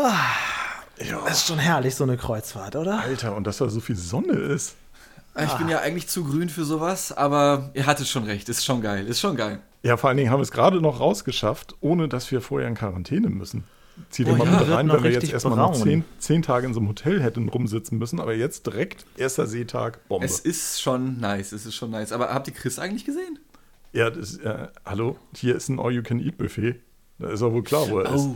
Ja. Das ist schon herrlich, so eine Kreuzfahrt, oder? Alter, und dass da so viel Sonne ist. Ich bin ja eigentlich zu grün für sowas, aber ihr hattet schon recht. Ist schon geil. Ist schon geil. Ja, vor allen Dingen haben wir es gerade noch rausgeschafft, ohne dass wir vorher in Quarantäne müssen. Zieh dir Oh mal ja, mit wird rein, noch wenn wir jetzt richtig erstmal noch braun. zehn, zehn Tage in so einem Hotel hätten rumsitzen müssen, aber jetzt direkt erster Seetag, Bombe. Es ist schon nice. Es ist schon nice. Aber habt ihr Chris eigentlich gesehen? ja, das, ist, äh, hallo, hier ist ein All-You-Can-Eat-Buffet. Da ist ja wohl klar, wo er ist. Oh,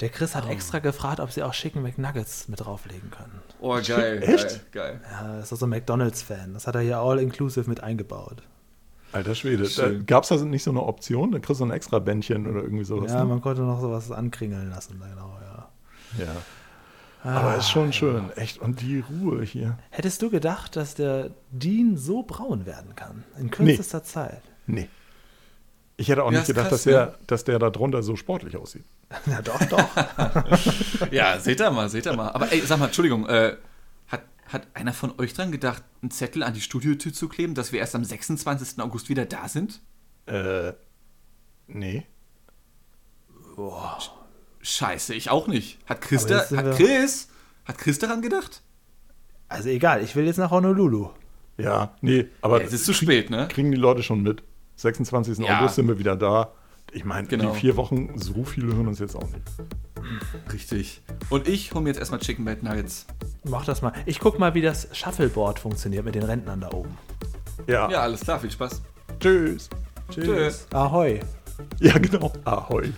Der Chris hat extra gefragt, ob sie auch Chicken McNuggets mit drauflegen können. Oh, geil. Echt? Geil. geil. Er ist also ein McDonalds-Fan. Das hat er hier all-inclusive mit eingebaut. Alter Schwede, da, Schön. gab's da nicht so eine Option? Dann kriegst du ein extra Bändchen oder irgendwie sowas. Ja, ne? man konnte noch sowas ankringeln lassen, genau, ja. ja. Aber ist Ah. schon schön, echt. Und die Ruhe hier. Hättest du gedacht, dass der Dean so braun werden kann? In kürzester Zeit. Nee. Ich hätte auch Ja, nicht ist gedacht, dass, krass, der, ne? dass der da drunter so sportlich aussieht. Na doch, doch. Ja, seht ihr mal, seht ihr mal. Aber ey, sag mal, Entschuldigung, äh, hat, hat einer von euch dran gedacht, einen Zettel an die Studiotür zu kleben, dass wir erst am 26. August wieder da sind? Äh, nee. Scheiße, ich auch nicht. Hat Chris, Aber da, jetzt sind hat wir- Chris, hat Chris daran gedacht? Also egal, ich will jetzt nach Honolulu. Ja, nee, aber Ja, es ist zu spät, ne? kriegen die Leute schon mit. 26. Ja. August sind wir wieder da. Ich meine, Genau. die vier Wochen, so viele hören uns jetzt auch nicht. Richtig. Und ich hole mir jetzt erstmal Chicken Bad Nuggets. Mach das mal. Ich guck mal, wie das Shuffleboard funktioniert mit den Rentnern da oben. Ja, Ja, alles klar, viel Spaß. tschüss. Tschüss. Ahoi. Ja, genau. Ahoi.